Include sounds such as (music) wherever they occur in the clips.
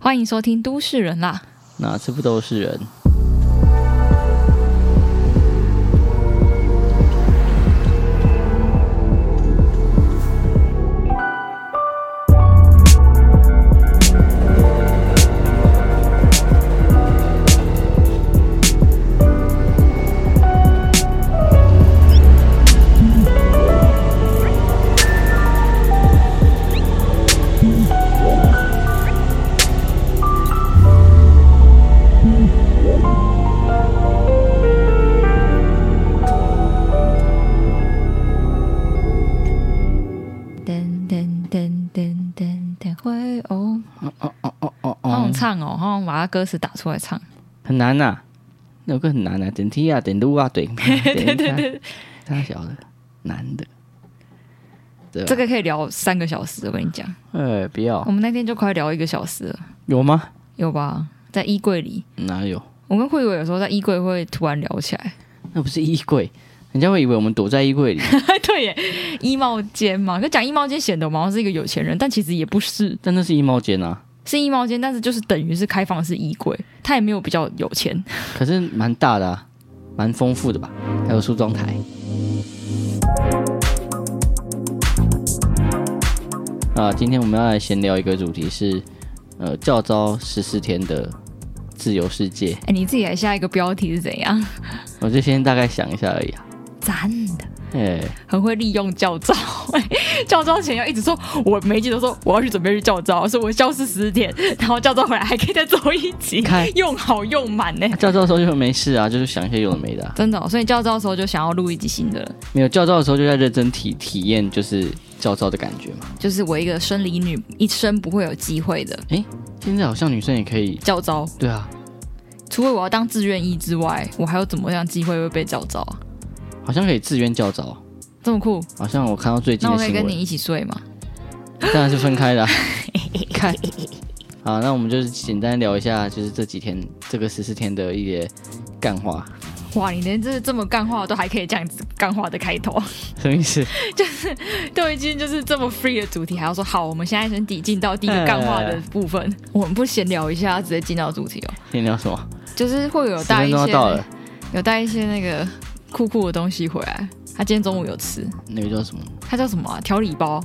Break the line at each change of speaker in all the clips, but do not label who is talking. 欢迎收听《都市人》啦。
哪次不都是人？
噔噔噔噔噔噔，会哦，
哦哦哦哦哦
好
哦
想，唱哦，好想把它歌词打出来唱。
很难呐、啊那首歌很难呐、点梯啊，点路啊，点对
(laughs) 对对
对，大小的，难的。对吧
这个可以聊三个小时，我跟你讲，
呃，不要
我们那天就快聊一个小时了，
有吗？
有吧？在衣柜里，
哪有？
我跟慧伟有时候在衣柜会突然聊起来。
那不是衣柜，人家会以为我们躲在衣柜里。
(laughs)
(laughs)
对耶，衣帽间嘛，就讲衣帽间显得我们好像是一个有钱人，但其实也不是，
但那是衣帽间啊，
是衣帽间，但是就是等于是开放式衣柜，他也没有比较有钱。
可是蛮大的、啊，蛮丰富的吧？还有梳妆台。啊，今天我们要来闲聊一个主题是，呃，教招十四天的自由世界。
哎，你自己来下一个标题是怎样？
我就先大概想一下而已啊。
赞的，
哎、
很会利用教招， (laughs) 教招前要一直说，我每一集都说我要去准备去教招，所以我消失十天，然后教招回来还可以再做一集
看，
用好用满呢。
啊教招的时候就没事啊，就是想一些有的没的啊、
真的哦、所以教招的时候就想要录一集新的了，
没有教招的时候就在认真体体验，就是教招的感觉嘛。
就是我一个生理女一生不会有机会的
现在好像女生也可以，
教招。
对啊，
除了我要当志愿医之外，我还有怎么样机会会被叫 (laughs) 招啊？
好像可以自愿教招。啊
这么酷，
好像我看到最近
那我
的
可以
新
跟
闻
你，一起睡吗？
当然是分开的、啊。看，好，那我们就是简单聊一下，就是这几天这个十四天的一些干话，
(laughs) 哇，你连这这么干话都还可以这样子干话的开头，
什么意思？
都已经就是这么 free 的主题，还要说好，我们现在先抵进到第一个干话的部分。我们不闲聊一下，直接进到主题哦，
先聊什么？
就是会有
十
带
分
一
钟要
些
到了，
有带一些那个酷酷的东西回来。他今天中午有吃，
那个叫什么？
它叫什么啊？调理包、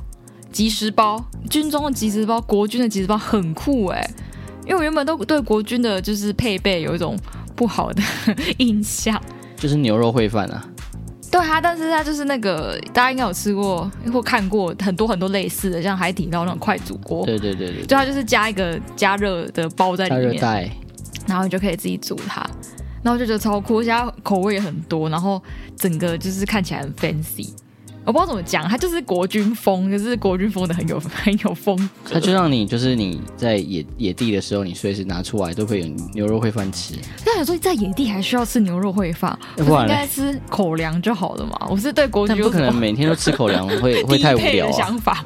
即食包，军中的即食包，国军的即食包很酷哎、因为我原本都对国军的就是配备有一种不好的 (laughs) 印象。
就是牛肉烩饭啊。
对它，但是它就是那个大家应该有吃过或看过很多很多类似的，像海底捞那种快煮锅，
对对对对
就它就是加一个加热的包在
加
里
热
面，
带，
然后你就可以自己煮它。然后就觉得超酷，而且它口味也很多，然后整个就是看起来很 fancy。我不知道怎么讲，它就是国军风，就是国军风的很有很有风格。
(laughs) 它就让你就是你在野野地的时候，你随时拿出来都会有牛肉烩饭吃。
那想说在野地还需要吃牛肉烩饭，不
要
是
不然
应
嘞
该吃口粮就好了嘛？我是对国
但
军
不
有
可
什
能
(laughs) 么
每天都吃口粮，会会
低
太无
配
聊
的
啊。
想法？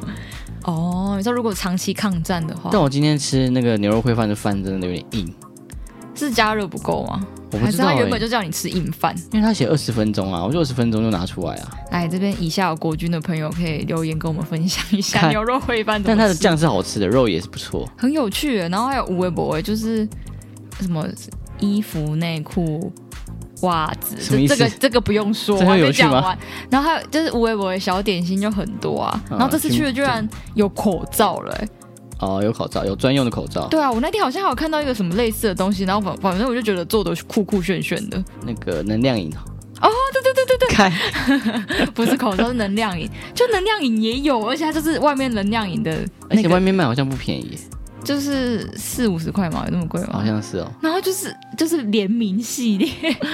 哦，你说如果长期抗战的话，
但我今天吃那个牛肉烩饭的饭真的有点硬，
是加热不够吗？
我不
还
知
是
道、
他
欸，
原本就叫你吃硬饭？
因为他写二十分钟啊，我就二十分钟就拿出来啊。
来这边以下有国军的朋友可以留言跟我们分享一下
看
牛肉烩饭怎
但
么
它的
吃，
酱是好吃的，肉也是不错。
很有趣耶。然后还有无微博耶，就是什么衣服、内裤、袜子，
什么意
呃这这
思
个这个不用说，
这
我还
会有
没
趣
讲
吗
完。然后还有就是无微博的小点心就很多啊。
啊
然后这次去
听
的居然有口罩了耶、欸
哦，有口罩，有专用的口罩。
对啊，我那天好像还有看到一个什么类似的东西，然后反反正我就觉得做的酷酷炫炫的。 (laughs)
那个能啊量饮
哦看，不是口罩，是能量饮，就能量饮也有，而且它就是外面能量饮的、那
而且
个
外面卖好像不便宜，
就是四五十块嘛，有那么贵
好
吗？
像是哦。
然后就是就是联名系列，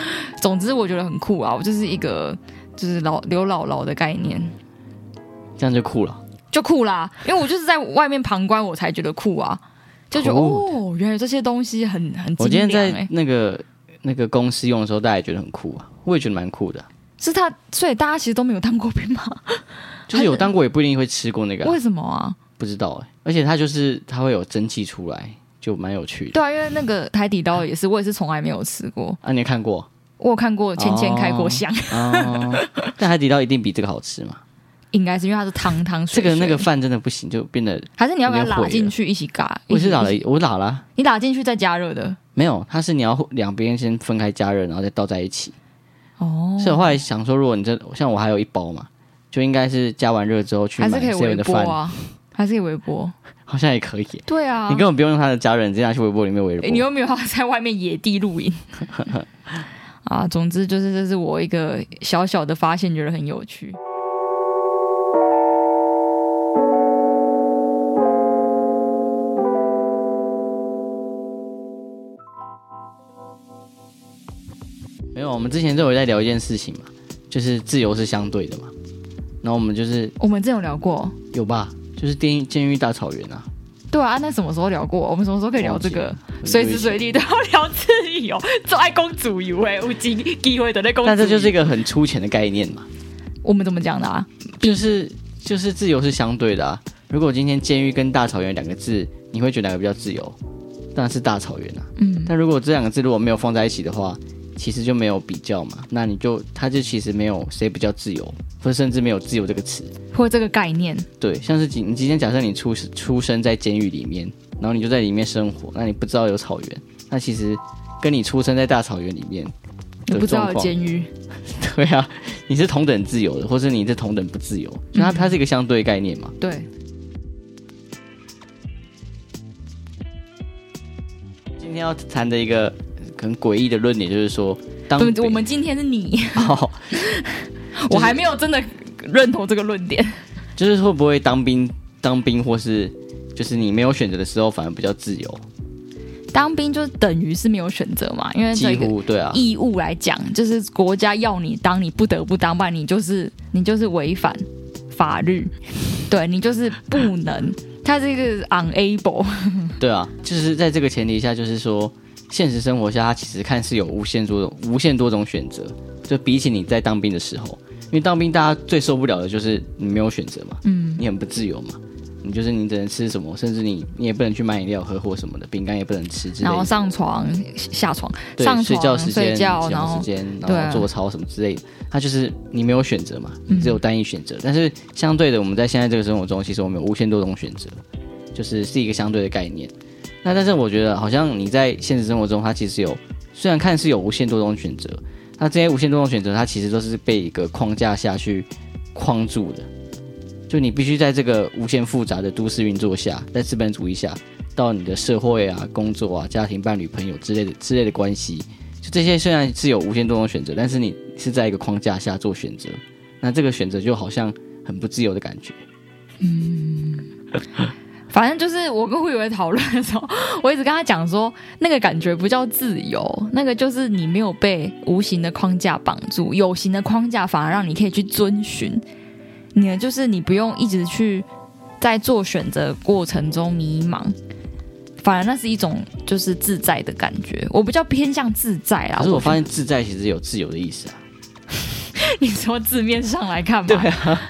(laughs) 总之我觉得很酷啊，我就是一个就是老刘姥姥的概念。
这样就酷了。
就酷啦，因为我就是在外面旁观，我才觉得酷啊，就觉得哦，原来这些东西很很
我
精
今天
良哎、
在那个那个公司用的时候，大家也觉得很酷啊，我也觉得蛮酷的啊。
是他，所以大家其实都没有当过兵
(laughs)
吗？
就是有当过也不一定会吃过那个啊、
为什么啊？
不知道哎、而且它就是它会有蒸汽出来，就蛮有趣的。
对啊，因为那个海底捞也是，我也是从来没有吃过，
啊，你有看
(laughs)
过？哦
我有看过芊芊开过箱， (laughs)
哦，但海底捞一定比这个好吃嘛？
应该是因为它是汤汤
这
水水。
个那个，饭真的不行，就变得
还是你要把它
有点毁
拉
了
进去一起嘎？(laughs)
我是打了
一起，
我打了啊，
你打进去再加热的。
没有，它是你要两边先分开加热，然后再倒在一起。
哦，
所以我后来想说，如果你这像我还有一包嘛，就应该是加完热之后去
还
买
是可以
seven
微
的
波
饭，
啊，还是可以微波。
好像也可以耶。
对啊，
你根本不用用它的家人，直接拿去微波里面微波。
诶你又没有要在外面野地露 (laughs) 营啊。总之就是，这是我一个小小的发现，觉得很有趣。
没有，我们之前都有在聊一件事情嘛，就是自由是相对的嘛。然后我们就是
我们之前有聊过，
有吧，就是监狱监狱大草原啊，
对啊，那什么时候聊过？我们什么时候可以聊这个
忘？
随时随
地。
地都要聊自由， (laughs) 做爱公主游哎，有机机会的那公主。
但这就是一个很粗浅的概念嘛，
我们怎么讲的啊？
就是就是自由是相对的啊。如果今天监狱跟大草原两个字，你会觉得哪个比较自由？当然是大草原啊。
嗯，
但如果这两个字如果没有放在一起的话，其实就没有比较嘛，那你就它就其实没有谁比较自由，或者甚至没有自由这个词。
或者这个概念，
对，像是今你今天假设你出出生在监狱里面，然后你就在里面生活，那你不知道有草原，那其实跟你出生在大草原里面，
你不知道
的状
有
况
监狱，
(laughs) 对啊，你是同等自由的，或是你是同等不自由，
嗯
就它它是一个相对概念嘛。
对，
今天要谈的一个很诡异的论点就是说，当
我们
北
我们今天是你，
(laughs) 哦，
我还没有真的认同这个论点。
就是会不会当兵当兵或是就是你没有选择的时候反而比较自由，
当兵就等于是没有选择嘛，因为这
几
个
乎对啊，
义务来讲，就是国家要你当，你不得不当，不然你就是你就是违反法
(laughs)
律，对你就是不能，它是一个 unable，
对啊，就是在这个前提下，就是说，现实生活下，它其实看似有无限多种、无限多种选择。就比起你在当兵的时候，因为当兵大家最受不了的就是你没有选择嘛，
嗯，
你很不自由嘛，你就是你只能吃什么，甚至你你也不能去买饮料、喝或什么的，饼干也不能吃之类
然后
的。
上床下床，
对，
上
睡觉
床
时
睡
间、
觉，
起
然
床
后
时间，
对
然
啊嗯
后做操什么之类的，它就是你没有选择嘛，你只有单一选择。但是相对的，我们在现在这个生活中，其实我们有无限多种选择，就是是一个相对的概念。那但是我觉得，好像你在现实生活中，它其实有虽然看似有无限多种选择，那这些无限多种选择，它其实都是被一个框架下去框住的。就你必须在这个无限复杂的都市运作下，在资本主义下，到你的社会啊、工作啊、家庭、伴侣、朋友之类的之类的关系，就这些虽然是有无限多种选择，但是你是在一个框架下做选择，那这个选择就好像很不自由的感觉。
反正就是我跟慧伟讨论的时候， (laughs) 我一直跟他讲说，那个感觉不叫自由，那个就是你没有被无形的框架绑住，有形的框架反而让你可以去遵循。你呢，就是你不用一直去在做选择过程中迷茫，反而那是一种就是自在的感觉。我比较偏向自在
(laughs)
啦。
可是我
觉得
发现自在其实有自由的意思啊，
你说字面上来看嘛，对啊，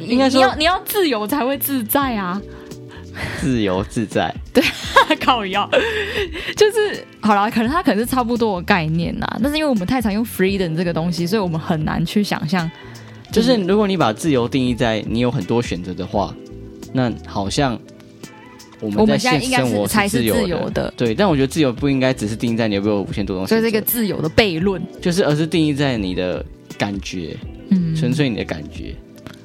应该说
你要你要自由才会自在啊。
自由自在。
靠腰， (laughs) 就是好啦，可能它可能是差不多的概念啦，但是因为我们太常用 freedom 这个东西，所以我们很难去想象。
就是如果你把自由定义在你有很多选择的话，那好像我
我
们
们
在
现在应
现实
该
生
是
活
才是
自由哦
自由的，
对，但我觉得自由不应该只是定义在你有没有无限多种
所以
选
这个嗯
择，
自由的悖论，
就是而是定义在你的感觉，
嗯，
纯粹你的感觉。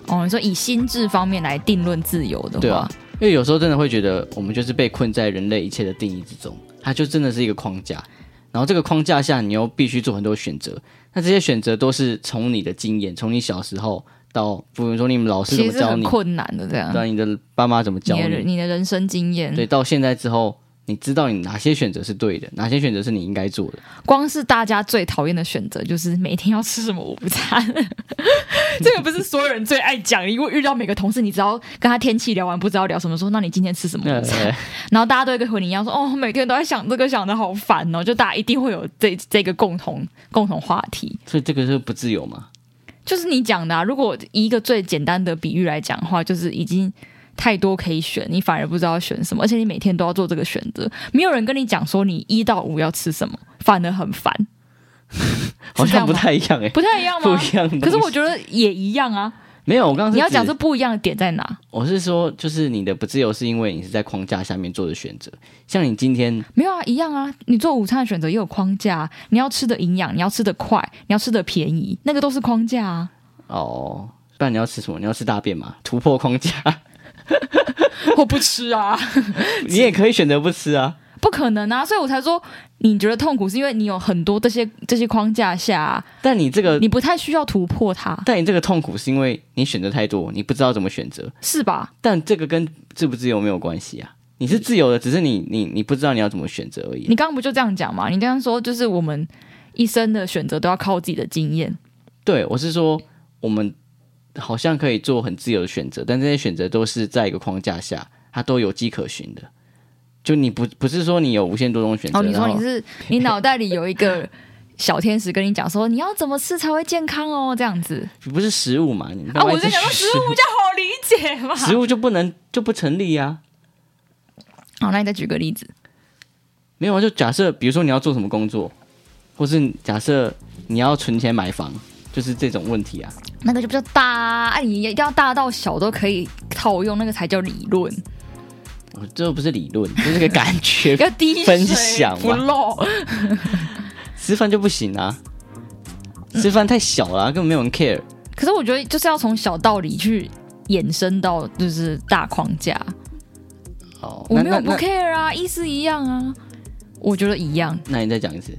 哦，你说以心智方面来定论自由的
对
话，
啊，因为有时候真的会觉得我们就是被困在人类一切的定义之中，它就真的是一个框架。然后这个框架下，你又必须做很多选择，那这些选择都是从你的经验，从你小时候到，比如说你们老师怎
其
么
实是
教
很
你，
困难的，这样
对啊，你的爸妈怎么教
你的
你，
你的人生经验，
对，到现在之后，你知道你哪些选择是对的，哪些选择是你应该 (laughs) 做的。
光是大家最讨厌的选择就是每天要吃什么午餐， (laughs) 这个不是所有人最爱讲，因为遇到每个同事，你只要跟他天气聊完，不知道聊什么，说那你今天吃什么
啊
午餐，然后大家都会跟回你一样说，哦，每天都在想这个，想的好烦哦，就大家一定会有这这个共同共同话题，
所以这个是不自由嘛？
就是你讲的、啊，如果以一个最简单的比喻来讲的话，就是已经。太多可以选，你反而不知道要选什么，而且你每天都要做这个选择，没有人跟你讲说你一到五要吃什么，反而很烦，
好
是这样
像不
吗
太一样哎、
不太一样
不
吗？
一样的东西。
可是我觉得也一样啊，
没有，我刚刚是
你要讲
指
是不一样的点在哪？
我是说，就是你的不自由是因为你是在框架下面做的选择。像你今天
没有啊，一样啊。你做午餐的选择也有框架啊，你要吃的营养，你要吃的快，你要吃的便宜，那个都是框架啊。
哦，不然你要吃什么？你要吃大便吗？ (laughs) 突破框架， (laughs)
(laughs) 我不吃啊，
你也可以选择不吃啊。
不可能啊。所以我才说，你觉得痛苦是因为你有很多这些这些框架下啊、
但你这个，
你不太需要突破它，
但你这个痛苦是因为你选择太多，你不知道怎么选择。
是吧？
但这个跟自不自由没有关系啊。你是自由的，只是你你你不知道你要怎么选择而已啊。
你刚刚不就这样讲嘛？你刚刚说就是我们一生的选择都要靠自己的经验。
对，我是说，我们好像可以做很自由的选择，但这些选择都是在一个框架下，它都有迹可循的。就你不不是说你有无限多种选择，
哦，你说
然后
你是你脑袋里有一个小天使跟你讲说你要怎么吃才会健康哦，这样子
不是食物嘛？你
啊？我在
在
讲说食物比较好理解嘛。
食物就不能就不成立啊。
好，那你再举个例子。
没有啊，就假设比如说你要做什么工作，或是假设你要存钱买房，就是这种问题啊。
那个就比较大啊，啊你一定要大到小都可以套用，那个才叫理论。。
我这不是理论，这是个感觉
(laughs) 要滴水
分享
不
嘛
漏，
吃饭就不行啊，吃饭太小了啊、根本没有人 care。
可是我觉得就是要从小道理去衍生到就是大框架。
哦，
我
那
没有
那
不
那
care 啊，意思一样啊。我觉得一样，
那你再讲一次。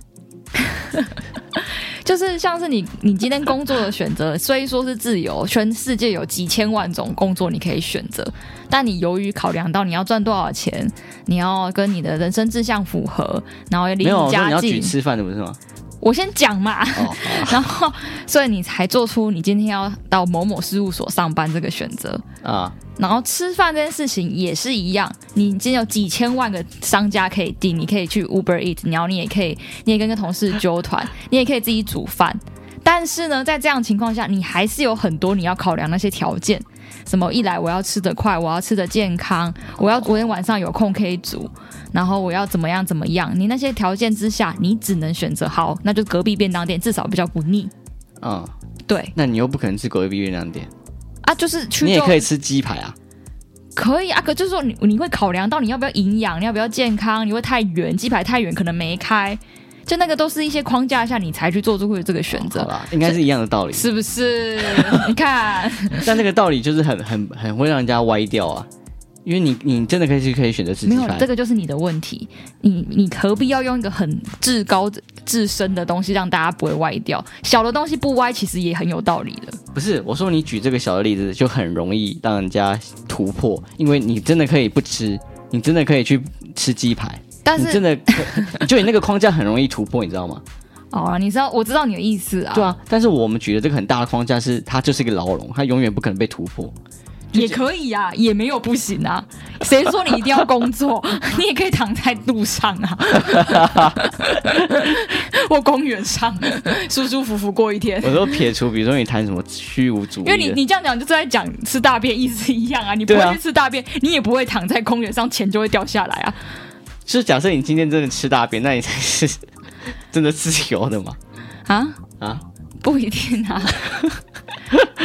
就是像是你，你今天工作的选择，虽说是自由，全世界有几千万种工作你可以选择，但你由于考量到你要赚多少钱，你要跟你的人生志向符合，然后也离
没有，啊我
你
说
家
你要举
近，
吃饭的不是吗？
我先讲嘛， (laughs)
哦，好
然后，所以你才做出你今天要到某某事务所上班这个选择。
啊，
然后吃饭这件事情也是一样，你今天有几千万个商家可以订，你可以去 Uber Eat，然后你也可以，你也跟个同事揪团，你也可以自己煮饭。但是呢，在这样情况下，你还是有很多你要考量那些条件，什么一来我要吃得快，我要吃得健康，我要昨天晚上有空可以煮，然后我要怎么样怎么样。你那些条件之下，你只能选择好，那就隔壁便当店，至少比较不腻。
嗯，
对
那你又不可能吃狗逼月亮点，
啊，就是去
你也
就
可以吃鸡排啊。
可以啊，可就是说你你会考量到你要不要营养，你要不要健康，你会太远，鸡排太远可能没开，就那个都是一些框架下你才去做出这个选
好
择，
啦，应该是一样的道理，
是不是？你
(laughs)
看，
但这个道理就是很很很会让人家歪掉啊，因为你你真的可以去可以选择吃
没
鸡
有
排
这，个就是你的问题，你你何必要用一个很至高至深的东西让大家不会歪掉？小的东西不歪，其实也很有道理的。
不是我说你举这个小的例子就很容易让人家突破，因为你真的可以不吃，你真的可以去吃鸡排，
但
你真
是
的可 (laughs) 就你那个框架很容易突破，你知道吗？
哦啊，你知道我知道你的意思啊，
对啊，但是我们举的这个很大的框架是它就是一个牢笼，它永远不可能被突破。
也可以啊，也没有不行啊。谁说你一定要工
(laughs)
作？你也可以躺在路上啊，或公园上，舒舒服服过一天。
我说撇除，比如说你谈什么虚无主
因
义的，
为你你这样讲就是在讲吃大便意思一样啊，你不
对啊
会去吃大便，你也不会躺在公园上，钱就会掉下来啊。
就是假设你今天真的吃大便，那你才是真的自由的嘛？
啊，
啊，
不一定
(laughs)
啊。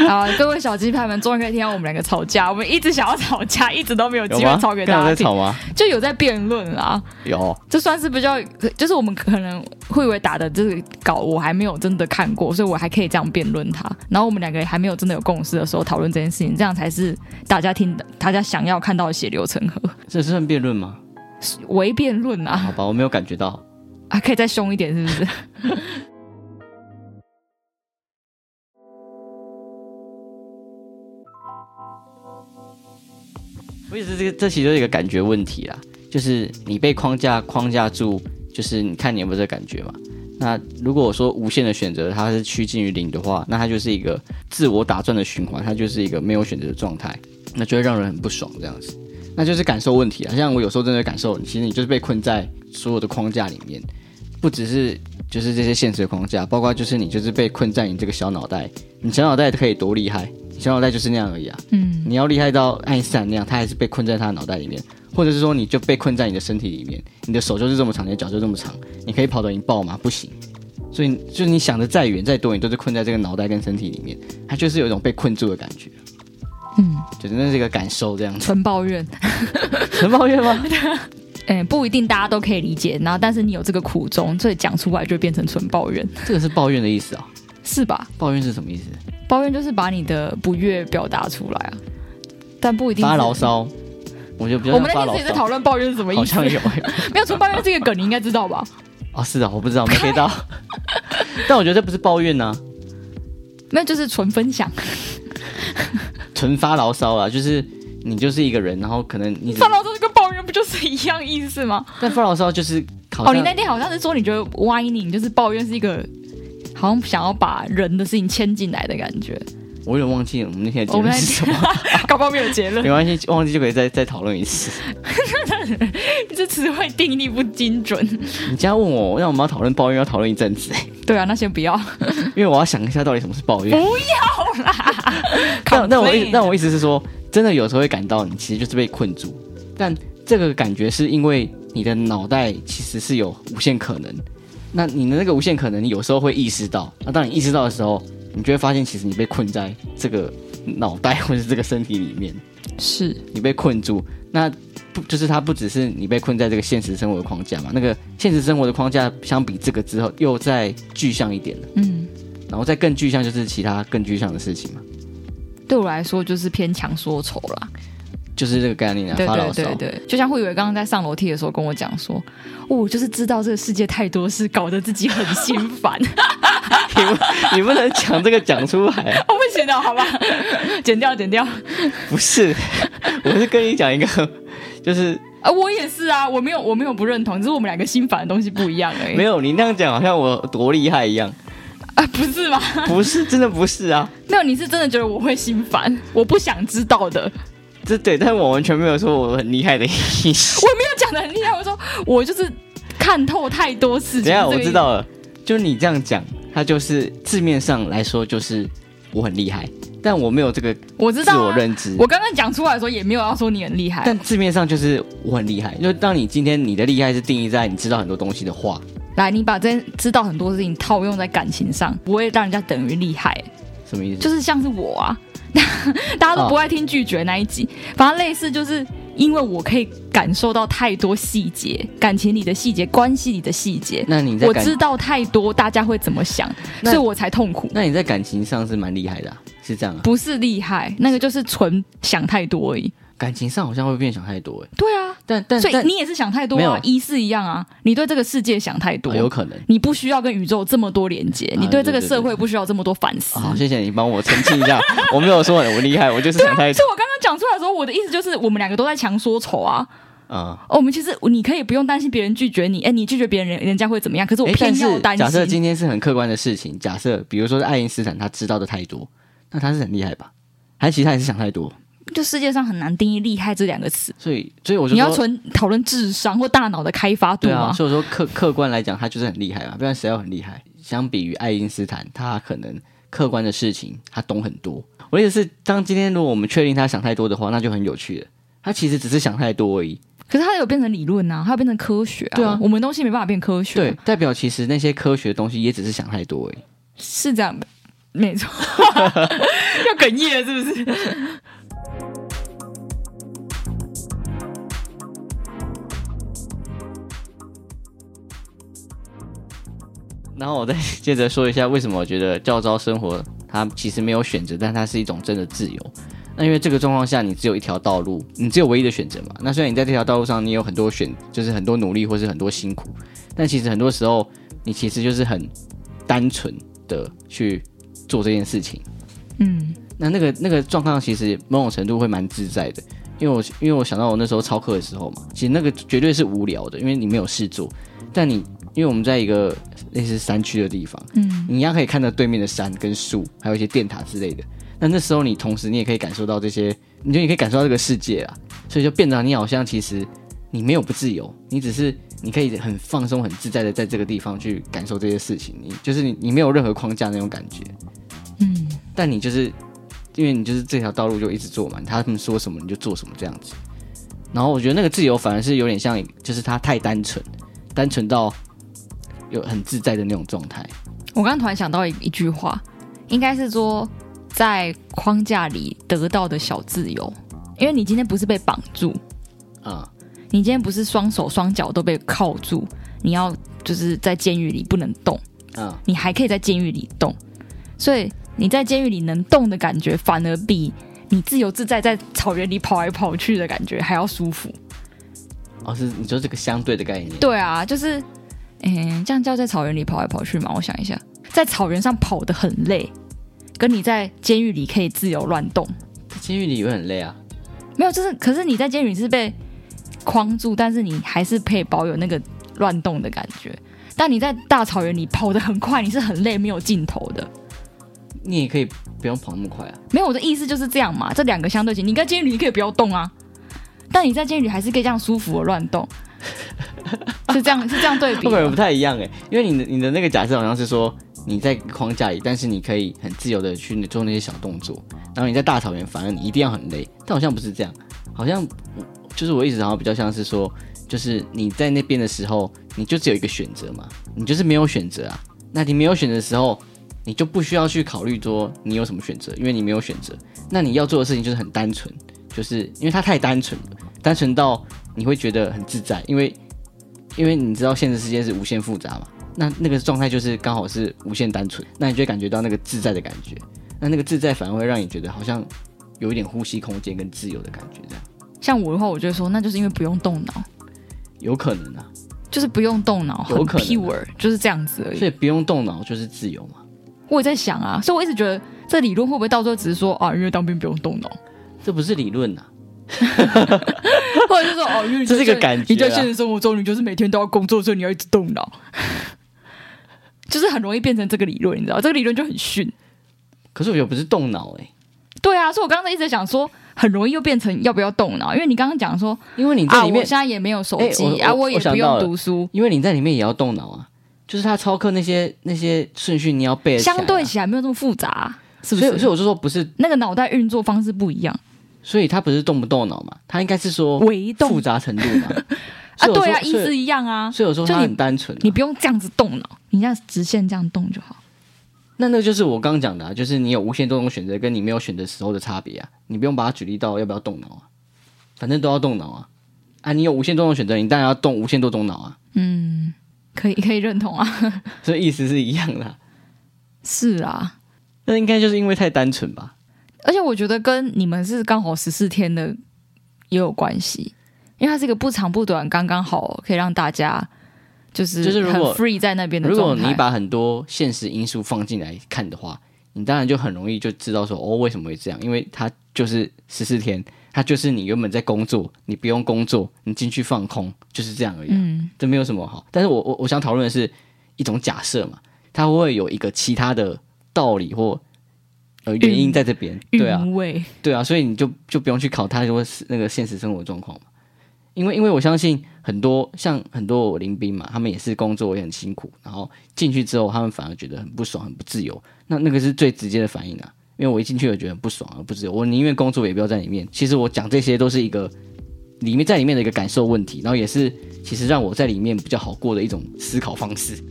好啊，各位小鸡派们，终于可以听到我们两个吵架。我们一直想要吵架，一直都没有
有
机
吗
会？吵给
刚
大
好
家
在
听
吵，吗？
就有在辩论啦。
有，
这算是比较，就是我们可能会以为打的这个稿我还没有真的看过，所以我还可以这样辩论它。然后我们两个还没有真的有共识的时候讨论这件事情，这样才是大家听的，大家想要看到的血流成河。
这算辩论吗？
唯辩论啊
好，吧，我没有感觉到。
啊，可以再凶一点是不
(laughs)
是？
我也是这个，这其实就是一个感觉问题啦，就是你被框架框架住，就是你看你有没有这个感觉嘛？那如果我说无限的选择它是趋近于零的话，那它就是一个自我打转的循环，它就是一个没有选择的状态，那就会让人很不爽这样子。那就是感受问题啊，像我有时候真的感受，其实你就是被困在所有的框架里面，不只是就是这些现实的框架，包括就是你就是被困在你这个小脑袋，你小脑袋可以多厉害，小脑袋就是那样而已啊。
嗯，
你要厉害到爱因斯坦那样，他还是被困在他的脑袋里面，或者是说你就被困在你的身体里面，你的手就是这么长，你的脚就这么长，你可以跑得赢豹吗？不行，所以就是你想的再远再多，你都是困在这个脑袋跟身体里面，它就是有一种被困住的感觉，
嗯，
就是那是一个感受这样子。 (laughs)
纯抱怨，
能抱怨吗？
嗯，不一定大家都可以理解，然后但是你有这个苦衷，所以讲出来就变成纯抱怨，
这个是抱怨的意思啊、
是吧？
抱怨是什么意思？
抱怨就是把你的不悦表达出来啊，但不一定是
发牢。骚，我觉得比较
我
像
们
发
那
牢
天也在
骚
讨，论抱怨是什么
好
意思
像，有、欸。
(laughs) 没有纯抱怨这个梗，你应该知道吧？
哦，是啊，我不知道，没 get 到。
(laughs)
但我觉得这不是抱怨啊呐、
那就是纯分享，
纯发牢骚啊，就是你就是一个人，然后可能你只
发牢骚跟抱怨不就是一样意思吗？
但发牢骚就是好
哦，
像
你那天好像是说你觉得 whining 就是抱怨是一个。好像想要把人的事情牵进来的感觉，
我有点忘记我们那天的结
我们
论
那
是什
天
么，
(laughs) 搞不好没有结论
没，关系，忘记就可以再再讨论一次。
你这词汇定义不精准。
你这样问我，让我们要讨论抱怨，要讨论一阵子，
(laughs) 对啊，那先不 (laughs) 要，
因为我要想一下到底什么是抱怨。
不要啦。
那那我意
Complain
那我意思是说，真的有时候会感到你其实就是被困住，但这个感觉是因为你的脑袋其实是有无限可能。那你的那个无限可能，你有时候会意识到。那当你意识到的时候，你就会发现，其实你被困在这个脑袋或者是这个身体里面。
是
你被困住，那不就是它不只是你被困在这个现实生活的框架嘛？那个现实生活的框架相比这个之后又再具象一点了，
嗯，
然后再更具象就是其他更具象的事情嘛，
对我来说就是偏强说愁啦。
就是这个概念啊，
对
发牢
对
骚。
对对，就像慧伟刚刚在上楼梯的时候跟我讲说，哦我就是知道这个世界太多事，搞得自己很心 (laughs) 烦。
你 (laughs) 不你不能讲这个讲出来，
我不行了， (laughs) 好吧，剪掉剪掉。
不是， (laughs) 我是跟你讲一个，就是
啊，我也是啊，我没有我没有不认同，只是我们两个心烦的东西不一样而已。
没有你那样讲，好像我多厉害一样，
啊，不是吗？ (laughs)
不是，真的不是啊。
没有，你是真的觉得我会心烦，我不想知道的。
这对，但我完全没有说我很厉害的意思。
我没有讲的很厉害，我说我就是看透太多事情。
等一下，
这个
我
意思
知。道了，就是你这样讲，它就是字面上来说就是我很厉害，但我没有这个
我知
自
道、
我
啊，
认知。
我刚刚讲出来的时候也没有要说你很厉害，
但字面上就是我很厉害，就是当你今天你的厉害是定义在你知道很多东西的话，
来，你把这知道很多事情套用在感情上，不会让人家等于厉害，
什么意思？
就是像是我啊， (laughs) 大家
哦
都不爱听拒绝那一集，反正类似就是因为我可以感受到太多细节，感情里的细节，关系里的细节，
那你在
我
感
知道太多，大家会怎么想，
那
所以我才痛苦。
那你在感情上是蛮厉害的、啊，是这样啊？
不是厉害，那个就是纯想太多而已。
感情上好像会变想太多哎，
对啊，
但但
所以
但
你也是想太多
没
啊
有，
一是一样啊，你对这个世界想太多，
啊有可能
你不需要跟宇宙这么多连接，
啊
你对这个
对对对
社会不需要这么多反思。
啊、好谢谢你帮我澄清一下， (laughs) 我没有说我厉害，我就是想太
所以我刚刚讲出来的时候，我的意思就是，我们两个都在强说丑啊。
啊。
哦，我们其实你可以不用担心别人拒绝你，哎，你拒绝别人，人家会怎么样？可是我
诶
偏
但
要
是
担
假设
心。
今天是很客观的事情，假设比如说是爱因斯坦，他知道的太多，那他是很厉害吧？还是其实他也是想太多，
就世界上很难定义“厉害”这两个词，
所以所以我就
你要
说，
纯讨论智商或大脑的开发度
对啊，
吗？
所以我说客客观来讲，他就是很厉害嘛，啊不然谁要很厉害？相比于爱因斯坦，他可能客观的事情他懂很多。我的意思是，当今天如果我们确定他想太多的话，那就很有趣了。他其实只是想太多而已，
可是它有变成理论啊，它有变成科学啊。
对啊
我们东西没办法变科学、
对，，代表其实那些科学的东西也只是想太多而已。
是这样
(laughs)
的，没错。要哽咽了是不是？
然后我再 (laughs) 接着说一下，为什么我觉得教招生活它其实没有选择，但它是一种真的自由。那因为这个状况下，你只有一条道路，你只有唯一的选择嘛。那虽然你在这条道路上，你有很多选，就是很多努力或是很多辛苦，但其实很多时候，你其实就是很单纯的去做这件事情。
嗯，
那那个那个状况其实某种程度会蛮自在的，因为我因为我想到我那时候操课的时候嘛，其实那个绝对是无聊的，因为你没有事做，但你因为我们在一个类似山区的地方，嗯，你一样可以看到对面的山跟树，还有一些电塔之类的。那那时候你同时你也可以感受到这些，你就你可以感受到这个世界啦，所以就变得你好像其实你没有不自由，你只是你可以很放松、很自在的在这个地方去感受这些事情，你就是你你没有任何框架那种感觉，嗯，但你就是因为你就是这条道路就一直做嘛，他们说什么你就做什么这样子。然后我觉得那个自由反而是有点像，就是他太单纯，单纯到有很自在的那种状态。
(laughs) 我刚刚突然想到一一句话，应该是说在框架里得到的小自由，因为你今天不是被绑住，
啊、
你今天不是双手双脚都被铐住，你要就是在监狱里不能动，
啊、
你还可以在监狱里动，所以你在监狱里能动的感觉，反而比你自由自在在草原里跑来跑去的感觉还要舒服。
哦，是你说这个相对的概念，
对啊，就是，嗯、这样叫在草原里跑来跑去嘛？我想一下，在草原上跑得很累，跟你在监狱里可以自由乱动，
在监狱里会很累啊。
没有，就是，可是你在监狱里是被框住，但是你还是可以保有那个乱动的感觉。但你在大草原里跑得很快，你是很累，没有尽头的。
你也可以不用跑那么快啊。
没有，我的意思就是这样嘛，这两个相对性，你在监狱里你可以不要动啊，但你在监狱里还是可以这样舒服的乱动，是这样是这样对比
会不会不
吗。
太一样哎、因为你的你的那个假设好像是说你在框架里，但是你可以很自由的去做那些小动作，然后你在大草原，反而你一定要很累。但好像不是这样，好像就是我一直好像比较像是说，就是你在那边的时候，你就只有一个选择嘛，你就是没有选择啊。那你没有选择的时候，你就不需要去考虑说你有什么选择，因为你没有选择。那你要做的事情就是很单纯，就是因为它太单纯了，单纯到你会觉得很自在，因为因为你知道现实世界是无限复杂嘛，那那个状态就是刚好是无限单纯，那你就会感觉到那个自在的感觉，那那个自在反而会让你觉得好像有一点呼吸空间跟自由的感觉，这样
像我的话，我就会说，那就是因为不用动脑，
有可能啊，
就是不用动脑，很
有可能
pure，就是这样子而已。
所以不用动脑就是自由嘛，
我也在想啊，所以我一直觉得这理论会不会到最后只是说啊，因为当兵不用动脑，
这不是理论啊呐、
(laughs) 或者是说哦，因为你
这是一个
在
感觉啊
你在现实生活中，你就是每天都要工作，所以你要一直动脑， (laughs) 就是很容易变成这个理论，你知道，这个理论就很逊。
可是我觉得不是动脑欸诶、
对啊，所以我刚才一直在想说，很容易又变成要不要动脑，因为你刚刚讲说
因为你在
啊，
里
我
面，
现在也没有手机、
哎我
啊，
我
也
我想
不
到
用
了
读书，
因为你在里面也要动脑啊，就是他操课那些那些顺序你要背得起来啊、
相对起来没有这么复杂、是不
所以所
是？
以我就说不是，
那个脑袋运作方式不一样，
所以他不是动不动脑嘛，他应该是说
微动
哦复杂程度
(laughs)
嘛，
啊，
所以我说
对啊，意
所以
思一样啊，
所以我说
就
他
你
很单纯、啊，
你不用这样子动脑，你这样直线这样动就好。
那那就是我刚刚讲的、啊，就是你有无限多种选择，跟你没有选择时候的差别啊。你不用把它举例到要不要动脑啊，反正都要动脑啊。啊，你有无限多种选择，你当然要动无限多种脑啊。
嗯，可以可以认同啊， (laughs)
所以意思是一样的啊、
是啊，
那应该就是因为太单纯吧？
而且我觉得跟你们是刚好十四天的也有关系，因为它是一个不长不短，刚刚好可以让大家就是
就是如
很
果
free 在那边的
如果
状态。
你把很多现实因素放进来看的话，你当然就很容易就知道说哦，为什么会这样？因为它就是十四天，它就是你原本在工作，你不用工作，你进去放空，就是这样而已啊、
嗯，
这没有什么好。但是我我我想讨论的是一种假设嘛，它会有一个其他的道理或呃原因在这边，对啊，
韵味，
对啊，所以你就就不用去考他说是那个现实生活状况嘛，因为因为我相信很多像很多我临兵嘛，他们也是工作也很辛苦，然后进去之后他们反而觉得很不爽、很不自由，那那个是最直接的反应啊。因为我一进去我觉得很不爽而不自由，我宁愿工作也不要在里面。其实我讲这些都是一个里面在里面的一个感受问题，然后也是其实让我在里面比较好过的一种思考方式。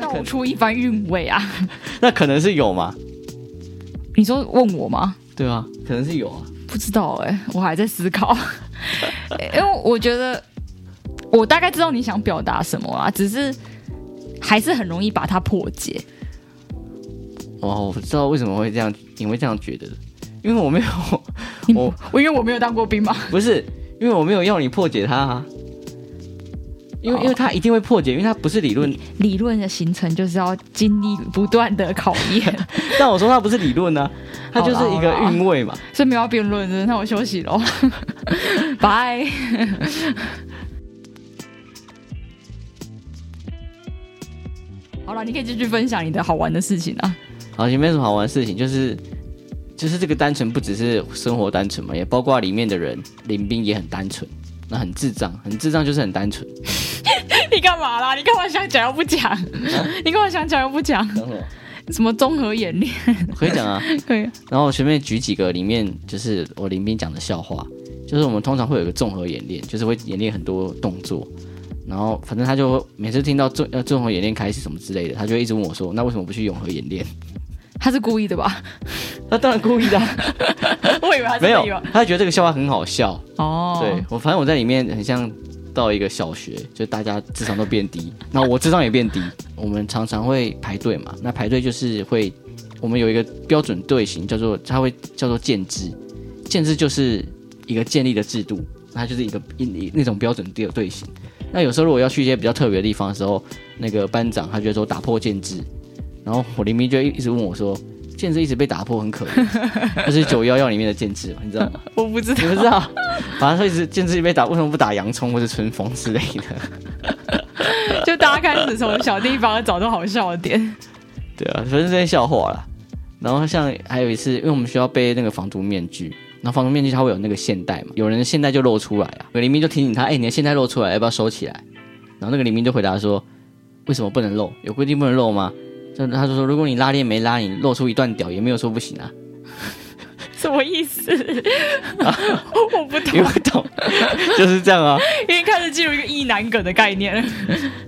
道出一番韵味啊！
那可能是有嘛？
你说问我吗？
对啊，可能是有啊。
不知道哎、我还在思考， (laughs) 因为我觉得我大概知道你想表达什么啦，啊只是还是很容易把它破解。
哦，我知道为什么会这样，你会这样觉得的，因为我没有，
你
我
我因为我没有当过兵嘛，
不是因为我没有要你破解它、啊，因为、
哦
因为它一定会破解，因为它不是理论。
(laughs) 理论的形成就是要经历不断的考验，
但我说它不是理
(laughs)
论呢、啊，它就是一
好啦
个
好啦
韵味嘛。
所以没有要辩论的，那我休息 (laughs) 喽，拜。好了，你可以继续分享你的好玩的事情啊。
好，也没什么好玩的事情，就是就是这个单纯不只是生活单纯嘛，也包括里面的人，林兵也很单纯，那很智障，很智障就是很单纯。
(laughs) 你干嘛啦？你干嘛想讲又不 (laughs) 讲？你干嘛想讲又不讲？
讲什么？
什么综合演练？
可以讲啊。
可以
然后我随便举几个里面就是我林斌讲的笑话，就是我们通常会有一个综合演练，就是会演练很多动作，然后反正他就会每次听到综呃综合演练开始什么之类的，他就一直问我说，那为什么不去永和演练？ (laughs)
他是故意的吧？
他当然故意的啊、
(laughs) 我以 (laughs) 为他是
没有
故意吧，
他就觉得这个笑话很好笑。
哦，
对，我反正我在里面很像到一个小学，就大家智商都变低，那我智商也变低。我们常常会排队嘛，那排队就是会，我们有一个标准队形叫做，它会叫做建制，建制就是一个建立的制度，那它就是一个一一那种标准队的队形。那有时候如果要去一些比较特别的地方的时候，那个班长他就会说打破建制，然后我林明就一直问我说。建制一直被打破，很可怜。那是九幺幺里面的建制嘛，你知道吗？
我不知道
(laughs) 你，不知道，反正会一直见自己被打，为什么不打洋葱或者春风之类的？
(laughs)
(laughs)
就大家开始从小地方找到好笑的点。
对啊，反正这些笑话啦。然后像还有一次，因为我们学校背那个防毒面具，然后防毒面具它会有那个线带嘛，有人的线带就露出来啊，有黎明就提醒他，哎、你的线带露出来，要不要收起来？然后那个黎明就回答说，为什么不能露？有规定不能露吗？就他就说，如果你拉链没拉，你露出一段屌也没有说不行啊，
(laughs) 什么意思？ (laughs) 我不懂
因为，不懂， (laughs) 就是这样啊。
因为开始进入一个意难梗的概念了。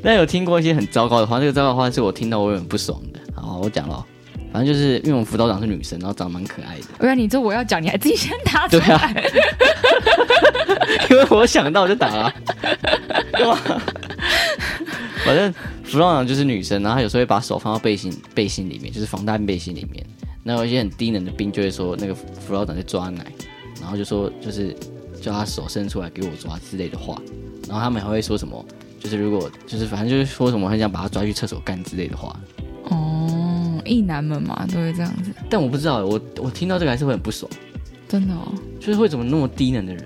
但有听过一些很糟糕的话，这个糟糕的话是我听到我有点不爽的。好，我讲了，反正就是因为我们辅导长是女生，然后长得蛮可爱的，
原来你这我要讲，你还自己先打出
对
来。
啊，因为我想到我就打了、啊，干嘛？ (laughs) 反正辅导长就是女生，然后她有时候会把手放到背心背心里面，就是防弹背心里面。那有一些很低能的兵就会说，那个辅导长在抓奶，然后就说就是叫他手伸出来给我抓之类的话，然后他们还会说什么，就是如果就是反正就是说什么很想把他抓去厕所干之类的话。
(laughs) 哦，意男们嘛都会这样子，
但我不知道，我我听到这个还是会很不爽，
真的哦。
就是会怎么那么低能的人？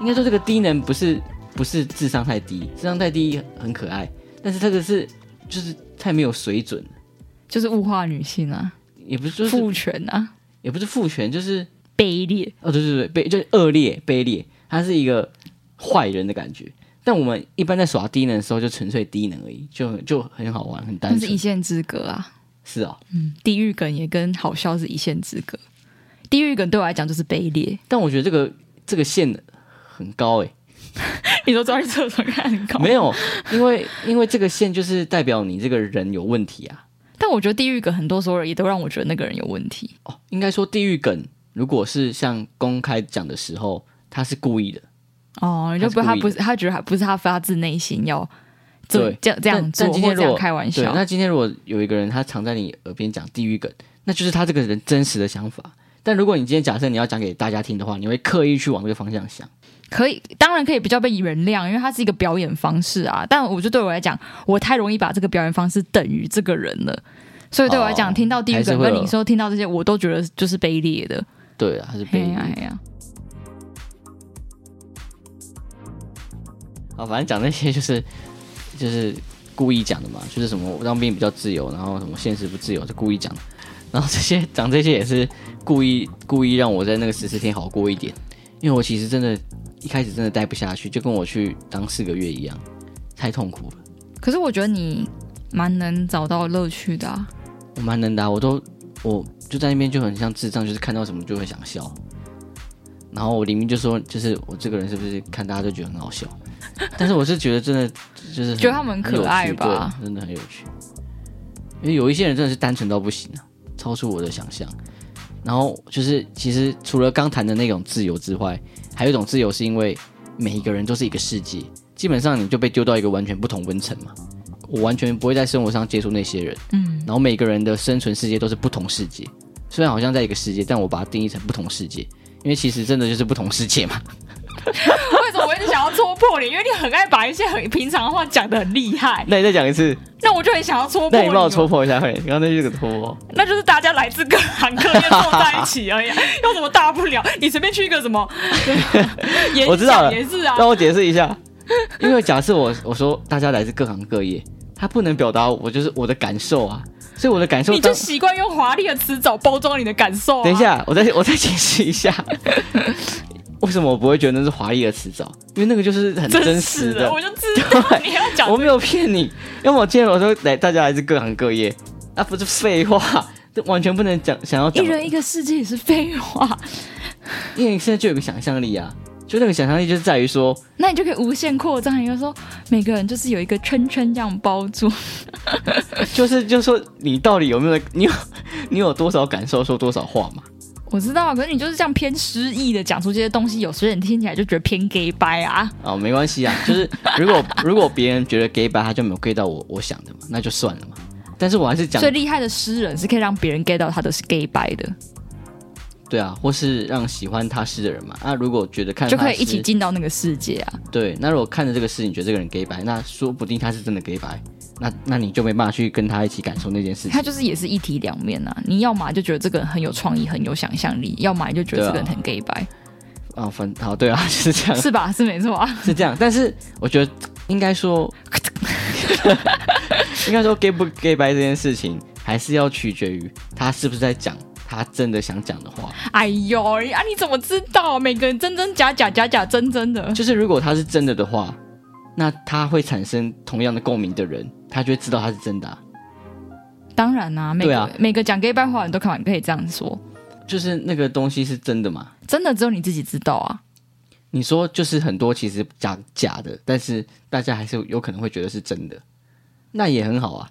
应该说这个低能不是不是智商太低，智商太低很可爱，但是这个是就是太没有水准了，
就是物化女性啊，
也不是就是
父权啊，
也不是父权，就是
卑劣。
哦对对对，卑就是恶劣卑劣，他是一个坏人的感觉。但我们一般在耍低能的时候，就纯粹低能而已，就就很好玩，很单
那是一
纯。
线之隔啊，
是啊、
嗯，地狱梗也跟好笑是一线之隔。地狱梗对我来讲就是卑
(laughs)
劣，
但我觉得这个这个线很高哎、
你都抓去厕所看很高。
没有，因为因为这个线就是代表你这个人有问题啊。
但我觉得地狱梗很多时候也都让我觉得那个人有问题。
哦，应该说地狱梗，如果是像公开讲的时候，他是故意的，
哦，就不
他
他
是故
不
意
是他觉得他不是他发自内心要这
对
这样这样
但
做
但今
或
天
这
如果
样开玩
对，
笑，
那今天如果有一个人他常在你耳边讲地狱梗，那就是他这个人真实的想法。但如果你今天假设你要讲给大家听的话，你会刻意去往这个方向想。
可以当然可以比较被原谅，因为它是一个表演方式啊。但我就对我来讲，我太容易把这个表演方式等于这个人了。所以对我来讲，
哦
听到地狱
还是
梗
会
跟
有
你说听到这些，我都觉得就是卑劣的。
对啊，他是
哎
被
呀哎呀，
啊，反正讲那些就是就是故意讲的嘛，就是什么当兵比较自由，然后什么现实不自由，是故意讲的。然后这些讲这些也是故意故意让我在那个十四天好过一点，因为我其实真的一开始真的待不下去，就跟我去当四个月一样，太痛苦了。
可是我觉得你蛮能找到乐趣的、啊。
我蛮能的啊、我都我就在那边就很像智障，就是看到什么就会想笑。然后我里面就说，就是我这个人是不是看大家都觉得很好笑？ (laughs) 但是我是觉得真的就是很
觉得他们很可爱吧
很有趣对真的很有趣。因为有一些人真的是单纯到不行啊，超出我的想象。然后就是其实除了刚谈的那种自由之外，还有一种自由是因为每一个人都是一个世界，基本上你就被丢到一个完全不同温层嘛。我完全不会在生活上接触那些人，
嗯，
然后每个人的生存世界都是不同世界，虽然好像在一个世界，但我把它定义成不同世界，因为其实真的就是不同世界嘛。
为什么我一直想要戳破你？因为你很爱把一些很平常的话讲的很厉害，
(laughs) 那你再讲一次，
那我就很想要戳破
那
你
你
嘛。
帮我戳破一 (laughs) 下，会，刚刚那就是个戳破。
那就是大家来自各行各业凑在一起而已啊，有什么大不了？你随便去一个什 (laughs) 么演
我知道
讲
了
也是啊，
让我解释一下，因为假设我我说大家来自各行各业，他不能表达我就是我的感受啊，所以我的感受
你
当
就习惯用华丽的词藻包装你的感受、啊。
(laughs) 等一，下，我再我再解释一 (laughs) 下，为什么我不会觉得那是华丽的辞藻，因为那个就是很真
真
实
是
的
的，。我就知
(laughs)
道你要 (laughs) 讲
我。没有骗你，因为我今天我说来，大家来自各行各业，那、不是废话，这完全不能讲想要
一
讲。
人一个世界也是废话， (laughs)
因为你现在就有个想象力啊，就那个想象力就是在于说，
那你就可以无限扩张，也就是说每个人就是有一个圈圈这样包住，
就是就是说你到底有没有你有你有多少感受说多少话嘛？
我知道，可是你就是这样偏失意的讲出这些东西，有些人听起来就觉得偏 gay 掰啊。
啊、没关系啊，就是如果如果别人觉得 gay 吧，他就没有 gay 到我我想的嘛，那就算了嘛。但是我还是讲
最厉害的诗人是可以让别人 get 到他的是 gay 掰的，
对啊，或是让喜欢他诗的人嘛。那、如果觉得看着
就
他的
可以一起
诗
进到那个世界啊。
对，那如果看着这个事，你觉得这个人 gay 白，那说不定他是真的 gay 白，那那你就没办法去跟他一起感受那件事情
他。就是也是一体两面啊。你要么就觉得这个人很有创意、很有想象力，要么你就觉得这个人很 gay 白，
啊，反好对啊， (laughs) 就是这样，
是吧？是没错啊。
是这样。但是我觉得应该说， (laughs) 应该说 gay 不 gay 白这件事情，还是要取决于他是不是在讲他真的想讲的话。
哎呦，啊你怎么知道？每个人真真假假，假假真真的。
就是如果他是真的的话，那他会产生同样的共鸣的人，他就会知道他是真的啊、
当然啊，每
对
个、
啊
每个讲 gay 白话的人都可能可以这样说，
就是那个东西是真的嘛。
真的只有你自己知道啊。
你说就是很多其实假假的，但是大家还是有可能会觉得是真的，那也很好啊。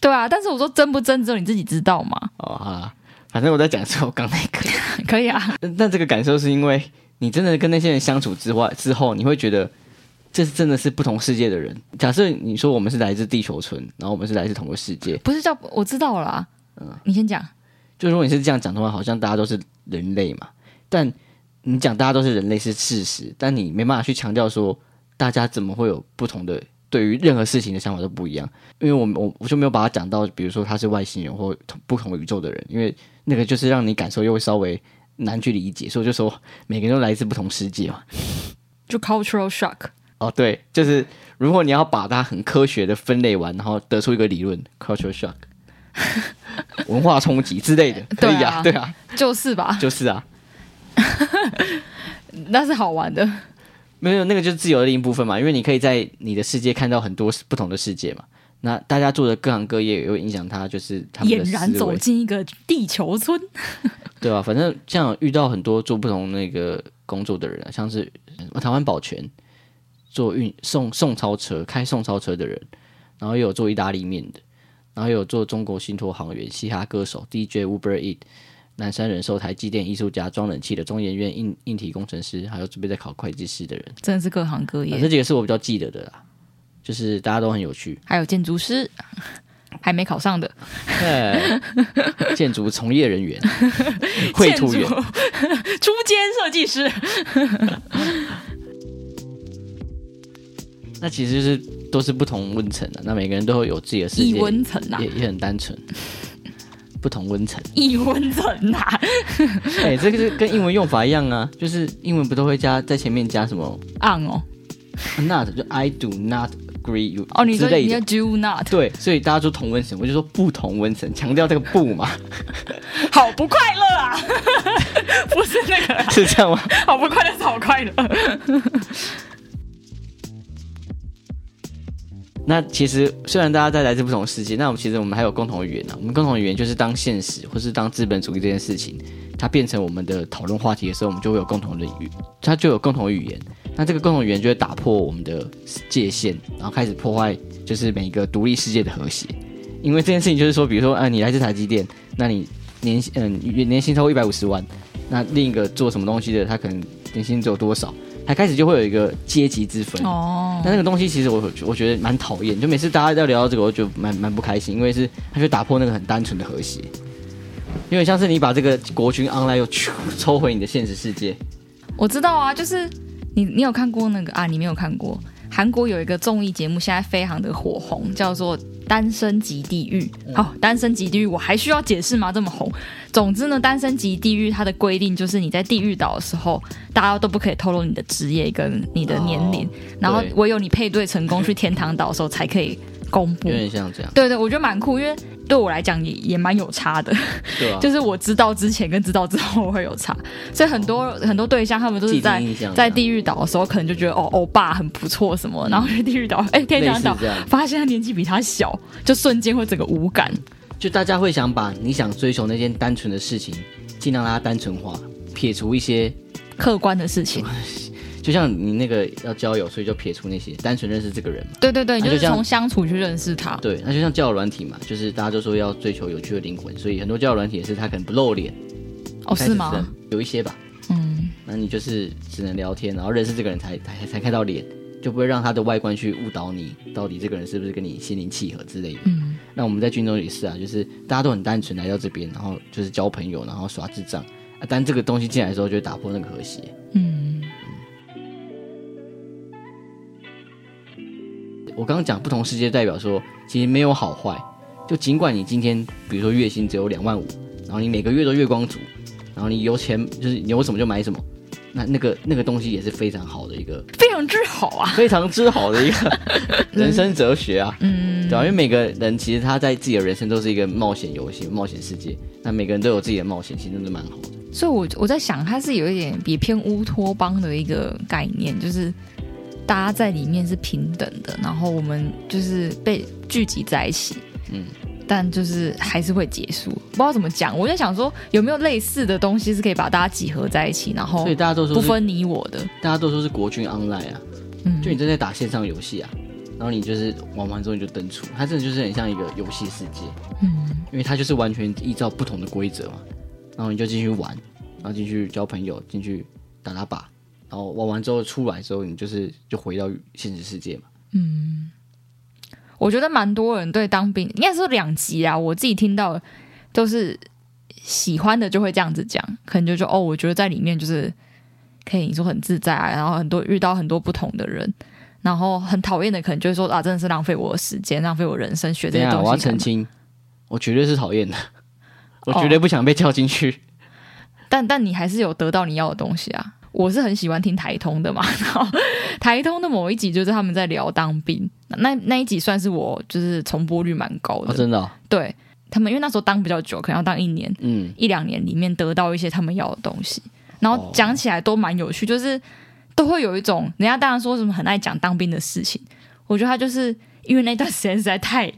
对啊，但是我说真不真，只有你自己知道嘛。
哦，好啦，反正我在讲的是我刚那个，
(laughs) 可以啊，
但但这个感受是因为你真的跟那些人相处之外之后，你会觉得这是真的是不同世界的人。假设你说我们是来自地球村，然后我们是来自同个世界，
不是叫我知道了啊、
嗯
你先讲。
就如果你是这样讲的话，好像大家都是人类嘛。但你讲大家都是人类是事实，但你没办法去强调说大家怎么会有不同的对于任何事情的想法都不一样，因为我们我我就没有把它讲到，比如说他是外星人或同不同宇宙的人，因为那个就是让你感受又会稍微难去理解，所以我就说每个人都来自不同世界嘛。
就 cultural shock，
哦，对，就是如果你要把它很科学的分类完，然后得出一个理论 culture (laughs) shock。文化冲击之类的，可以啊，
对
对啊，
就是吧？
就是啊，
那是好玩的，
没有，那个就是自由的另一部分嘛，因为你可以在你的世界看到很多不同的世界嘛。那大家做的各行各业也会影响他，就是他们的
俨然
思
走
维，
进一个地球村。
对吧、反正这样遇到很多做不同那个工作的人、啊，像是呃台湾保全做运送送超车、开送超车的人，然后也有做意大利面的，然后也有做中国信托行员、嘻哈歌手、DJ、Uber Eat、南山人寿、台积电艺术家、装冷气的中研院硬硬体工程师，还有准备在考会计师的人。
真的是各行各
啊、
业
这，几个是我比较记得的啦，就是大家都很有
(laughs)
趣。
还有建筑师，还没考上的
哎建筑从业
(laughs)
人员、绘图
建
员
筑 (laughs) 初阶设计师。
那其实就是都是不同温层的、那每个人都会有自己的世界，
异温层啊
也也很
(laughs)
单纯。不同温层，
异温层啊！
哎、这个是跟英文用法一样啊，就是英文不都会加在前面加什么
on 哦
not，就 I do not agree you
哦，你
之
说
类
你要
的，
do not，
对，所以大家说同温层，我就说不同温层，强调这个不嘛，
(laughs)
(laughs)
好不快乐啊！ (laughs) 不是那个啊，
是这样吗？
好不快乐是好快乐。
那其实虽然大家在来自不同世界，那我们其实我们还有共同语言啊。我们共同语言就是当现实或是当资本主义这件事情，它变成我们的讨论话题的时候，我们就会有共同的语，它就有共同语言。那这个共同语言就会打破我们的界限，然后开始破坏就是每一个独立世界的和谐。因为这件事情就是说，比如说，啊，你来自台积电，那你年薪嗯年年薪超过一百五十万，那另一个做什么东西的，他可能年薪只有多少，他开始就会有一个阶级之分。
哦，
那那个东西其实我我觉得蛮讨厌，就每次大家要聊到这个，我就蛮蛮不开心，因为是它就打破那个很单纯的和谐，因为像是你把这个国军 online 又咻 (laughs) 抽回你的现实世界，
我知道啊，就是你，你有看过那个啊？你没有看过？韩国有一个综艺节目，现在非常的火红，叫做《单身即地狱》。好、单身即地狱，我还需要解释吗？这么红。总之呢，《单身即地狱》它的规定就是你在地狱岛的时候，大家都不可以透露你的职业跟你的年龄，
哦
然后
对
唯有你配对成功去天堂岛的时候才可以公布
有。点像这样，
对对，我觉得蛮酷，因为对我来讲也也蛮有差的。
对吧、
(laughs)
啊？
就是我知道之前跟知道之后会有差，所以很多、很多对象他们都是
既定
在
印象
在地狱岛的时候，可能就觉得哦欧巴很不错什么，然后去地狱岛， (laughs) 哎、天
嗯类
堂
似
岛
这样，
发现他年纪比他小，就瞬间会整个无感。
就大家会想把你想追求那件单纯的事情，尽量让它单纯化，撇除一些
客观的事情。
就像你那个要交友，所以就撇除那些，单纯认识这个人嘛。
对对对，你
那就
就是
像
从相处去认识他。
对，那就像交友软体嘛，就是大家都说要追求有趣的灵魂，所以很多交友软体也是它可能不露脸。
哦，
开始
是吗？？
有一些吧。
嗯，
那你就是只能聊天，然后认识这个人才才才看到脸，就不会让他的外观去误导你，到底这个人是不是跟你心灵契合之类的。
嗯，
那我们在军中也是啊，就是大家都很单纯来到这边，然后就是交朋友，然后耍智障。啊、但这个东西进来的时候，就会打破那个和谐。
嗯，
我刚刚讲不同世界代表说，其实没有好坏，就尽管你今天比如说月薪只有两万五，然后你每个月都月光族，然后你有钱就是你有什么就买什么，那那个那个东西也是非常好的一个
非常之好啊。
非常之好的一
(laughs)
个人生哲学啊，
嗯，
对吧、因为每个人其实他在自己的人生都是一个冒险游戏、冒险世界，那每个人都有自己的冒险，其实真的蛮好的。
所以我我在想，它是有一点也偏乌托邦的一个概念，就是大家在里面是平等的，然后我们就是被聚集在一起，
嗯
嗯，但就是还是会结束，不知道怎么讲。我在想说，有没有类似的东西是可以把大家集合在一起，然后
所以大家都
哦不
说是，
分你我的？
大家都说是国军 online 啊，
嗯，
就你正在打线上游戏啊，然后你就是玩完之后你就登出，它真的就是很像一个游戏世界，
嗯
因为它就是完全依照不同的规则嘛，然后你就进去玩，然后进去交朋友，进去打打靶，然后玩完之后出来之后，你就是就回到现实世界嘛。
嗯，我觉得蛮多人对当兵应该说两极啊，我自己听到的都是喜欢的就会这样子讲，可能就说哦，我觉得在里面就是可以你说很自在啊，然后很多遇到很多不同的人，然后很讨厌的可能就会说啊，真的是浪费我的时间，浪费我人生学这
等一
些
下，
东西。
哎啊我要澄，清，我绝对是讨厌的，
哦
我绝对不想被叫进去。
但但你还是有得到你要的东西啊。我是很喜欢听台通的嘛，然后台通的某一集就是他们在聊当兵，那那一集算是我就是重播率蛮高
哦
的，
真的哦、
对他们，因为那时候当比较久，可能要当一年、
嗯，
一两年里面得到一些他们要的东西，然后
哦
讲起来都蛮有趣，就是都会有一种人家当然说什么很爱讲当兵的事情，我觉得他就是因为那段时间实在太，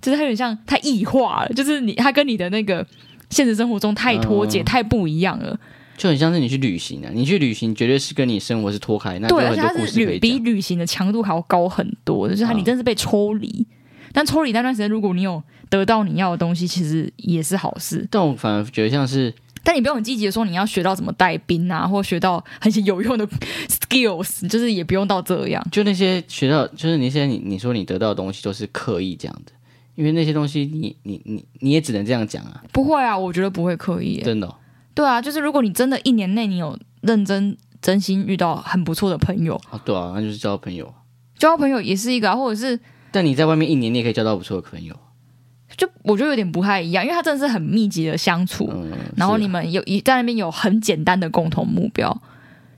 就是他有点像太异化了，就是你他跟你的那个现实生活中太脱节、
嗯
太不一样了，
就很像是你去旅行啊，你去旅行绝对是跟你生活是脱开，那就
对，而
有很
且
多
它
故
是
事可
旅
以
比
讲。
旅行的强度还要高很多，就是它
嗯
你真的是被抽离，但抽离那段时间，如果你有得到你要的东西，其实也是好事。
但我反而觉得像是
但你不用很积极的说你要学到怎么带兵啊，或学到很些有用的 skills，就是 (laughs) 也不用到这样。
就那些学到，就是那些你你说你得到的东西都是刻意这样的，因为那些东西你你你你也只能这样讲啊，
不会啊，我觉得不会刻意耶、
真的哦、
对啊，就是如果你真的一年内你有认真真心遇到很不错的朋友，
啊对啊，那就是交朋友。
交朋友也是一个、啊，或者是
但你在外面一年，你也可以交到不错的朋友。
就我觉得有点不太一样，因为他真的是很密集的相处，
嗯，
然后
是啊
你们有一在那边有很简单的共同目标，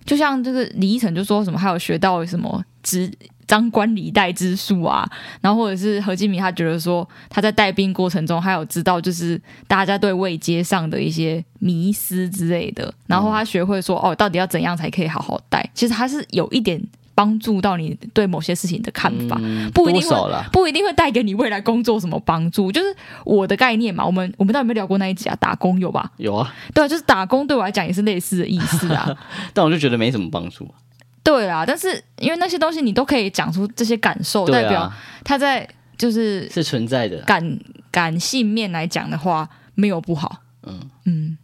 就像这个李依晨就说什么，还有学到什么执张冠李戴之术啊，然后或者是何敬明他觉得说他在带兵过程中，还有知道就是大家对未接上的一些迷思之类的，然后
嗯
他学会说哦，到底要怎样才可以好好带？其实他是有一点帮助到你对某些事情的看法，
嗯
不一
多
定会
少啦，
不一定会带给你未来工作什么帮助，就是我的概念嘛。我们我们到底有没有聊过那一集啊？打工有吧？
有啊，
对啊，就是打工对我来讲也是类似的意思啊。
(laughs) 但我就觉得没什么帮助。
对啦，但是因为那些东西你都可以讲出这些感受，代
对
表
啊，
他在就是
是存在的啊。
感感性面来讲的话，没有不好。
嗯，
嗯，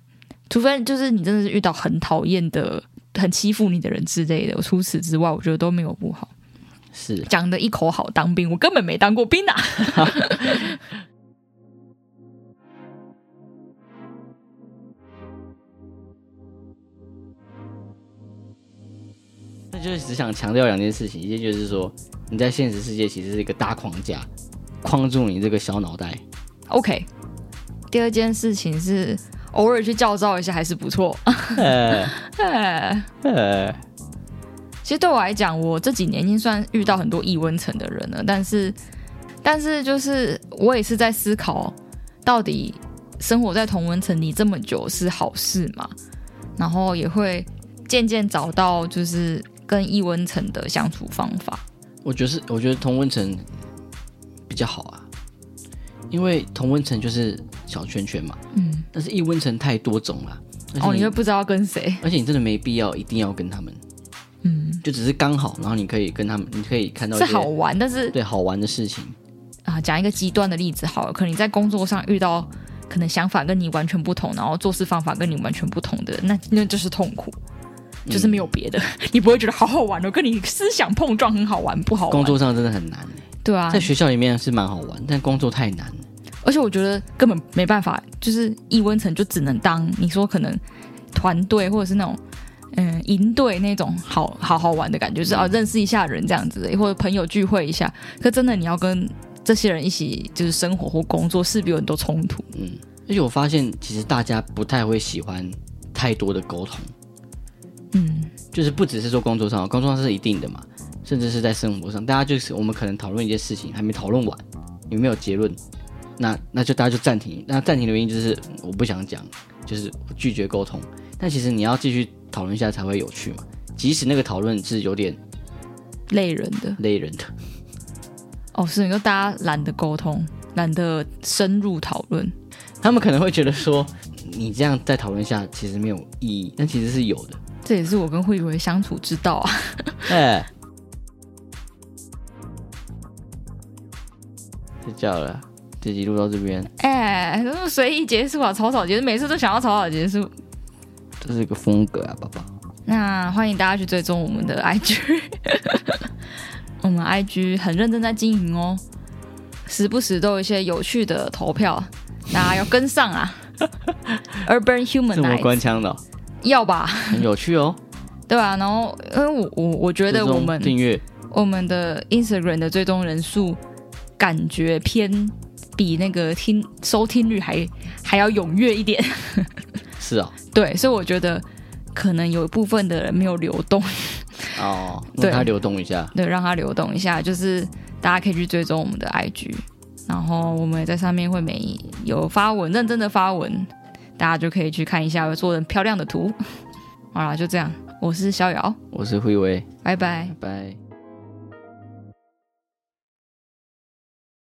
除非就是你真的是遇到很讨厌的、很欺负你的人之类的，除此之外，我觉得都没有不好。
是啊
讲的一口好当兵，我根本没当过兵啊。 (laughs)
那就是只想强调两件事情，一件就是说你在现实世界其实是一个大框架，框住你这个小脑袋。
OK，第二件事情是偶尔去教招一下还是不错。 (laughs)
呃呃，
其实对我来讲，我这几年已经算遇到很多易温层的人了，但是，但是就是我也是在思考，到底生活在同温层里这么久是好事吗？然后也会渐渐找到就是跟易温层的相处方法。
我觉得是，我觉得同温层比较好啊，因为同温层就是小圈圈嘛，
嗯
但是异温层太多种了，而且
哦，你会不知道跟谁，
而且你真的没必要一定要跟他们，
嗯，
就只是刚好，然后你可以跟他们，你可以看到一
是
些
好玩，但是
对好玩的事情。
啊，讲一个极端的例子好了，可能你在工作上遇到可能想法跟你完全不同，然后做事方法跟你完全不同的，那那就是痛苦，就是没有
嗯
别的， (laughs) 你不会觉得好好玩哦，跟你思想碰撞很好玩，不好玩。
工作上真的很难，
对啊
在，学校里面是蛮好玩，但工作太难了。
而且我觉得根本没办法，就是易温层就只能当你说可能团队或者是那种。嗯，营队那种好好好玩的感觉，就是啊，
嗯
认识一下人这样子的，或者朋友聚会一下。可真的，你要跟这些人一起就是生活或工作，势必有很多冲突。
嗯，而且我发现其实大家不太会喜欢太多的沟通，
嗯，
就是不只是说工作上，工作上是一定的嘛，甚至是在生活上，大家就是我们可能讨论一件事情还没讨论完，也没有结论，那那就大家就暂停。那暂停的原因就是我不想讲，就是我拒绝沟通。但其实你要继续讨论一下才会有趣嘛，即使那个讨论是有点
累人的。
累人的，
哦，是你说大家懒得沟通，懒得深入讨论，
他们可能会觉得说你这样再讨论下其实没有意义，但其实是有的。
这也是我跟慧慧相处之道啊。
哎，睡觉了，这集录到这边，
哎，那么随意结束啊，草草结束，每次都想要草草结束。
这是一个风格啊，宝宝。
那欢迎大家去追踪我们的 IG，我们 IG 很认真在经营哦，时不时都有一些有趣的投票，大家要跟上啊。Urban
这么
Humanize
官
(laughs)
腔的哦、
要吧，
很有趣哦。
对吧、然后，因为我我我觉得
追踪
我们
订阅
我们的 Instagram 的追踪人数感觉偏比那个听收听率还还要踊跃一点，
是哦，
对，所以我觉得可能有一部分的人没有流动，
哦，
对
让它流动一下。
对，让它流动一下，就是大家可以去追踪我们的 IG，然后我们也在上面会每有发文，认真的发文，大家就可以去看一下，有做成漂亮的图。好啦，就这样，我是逍遥，
我是慧威，
拜拜
拜。拜。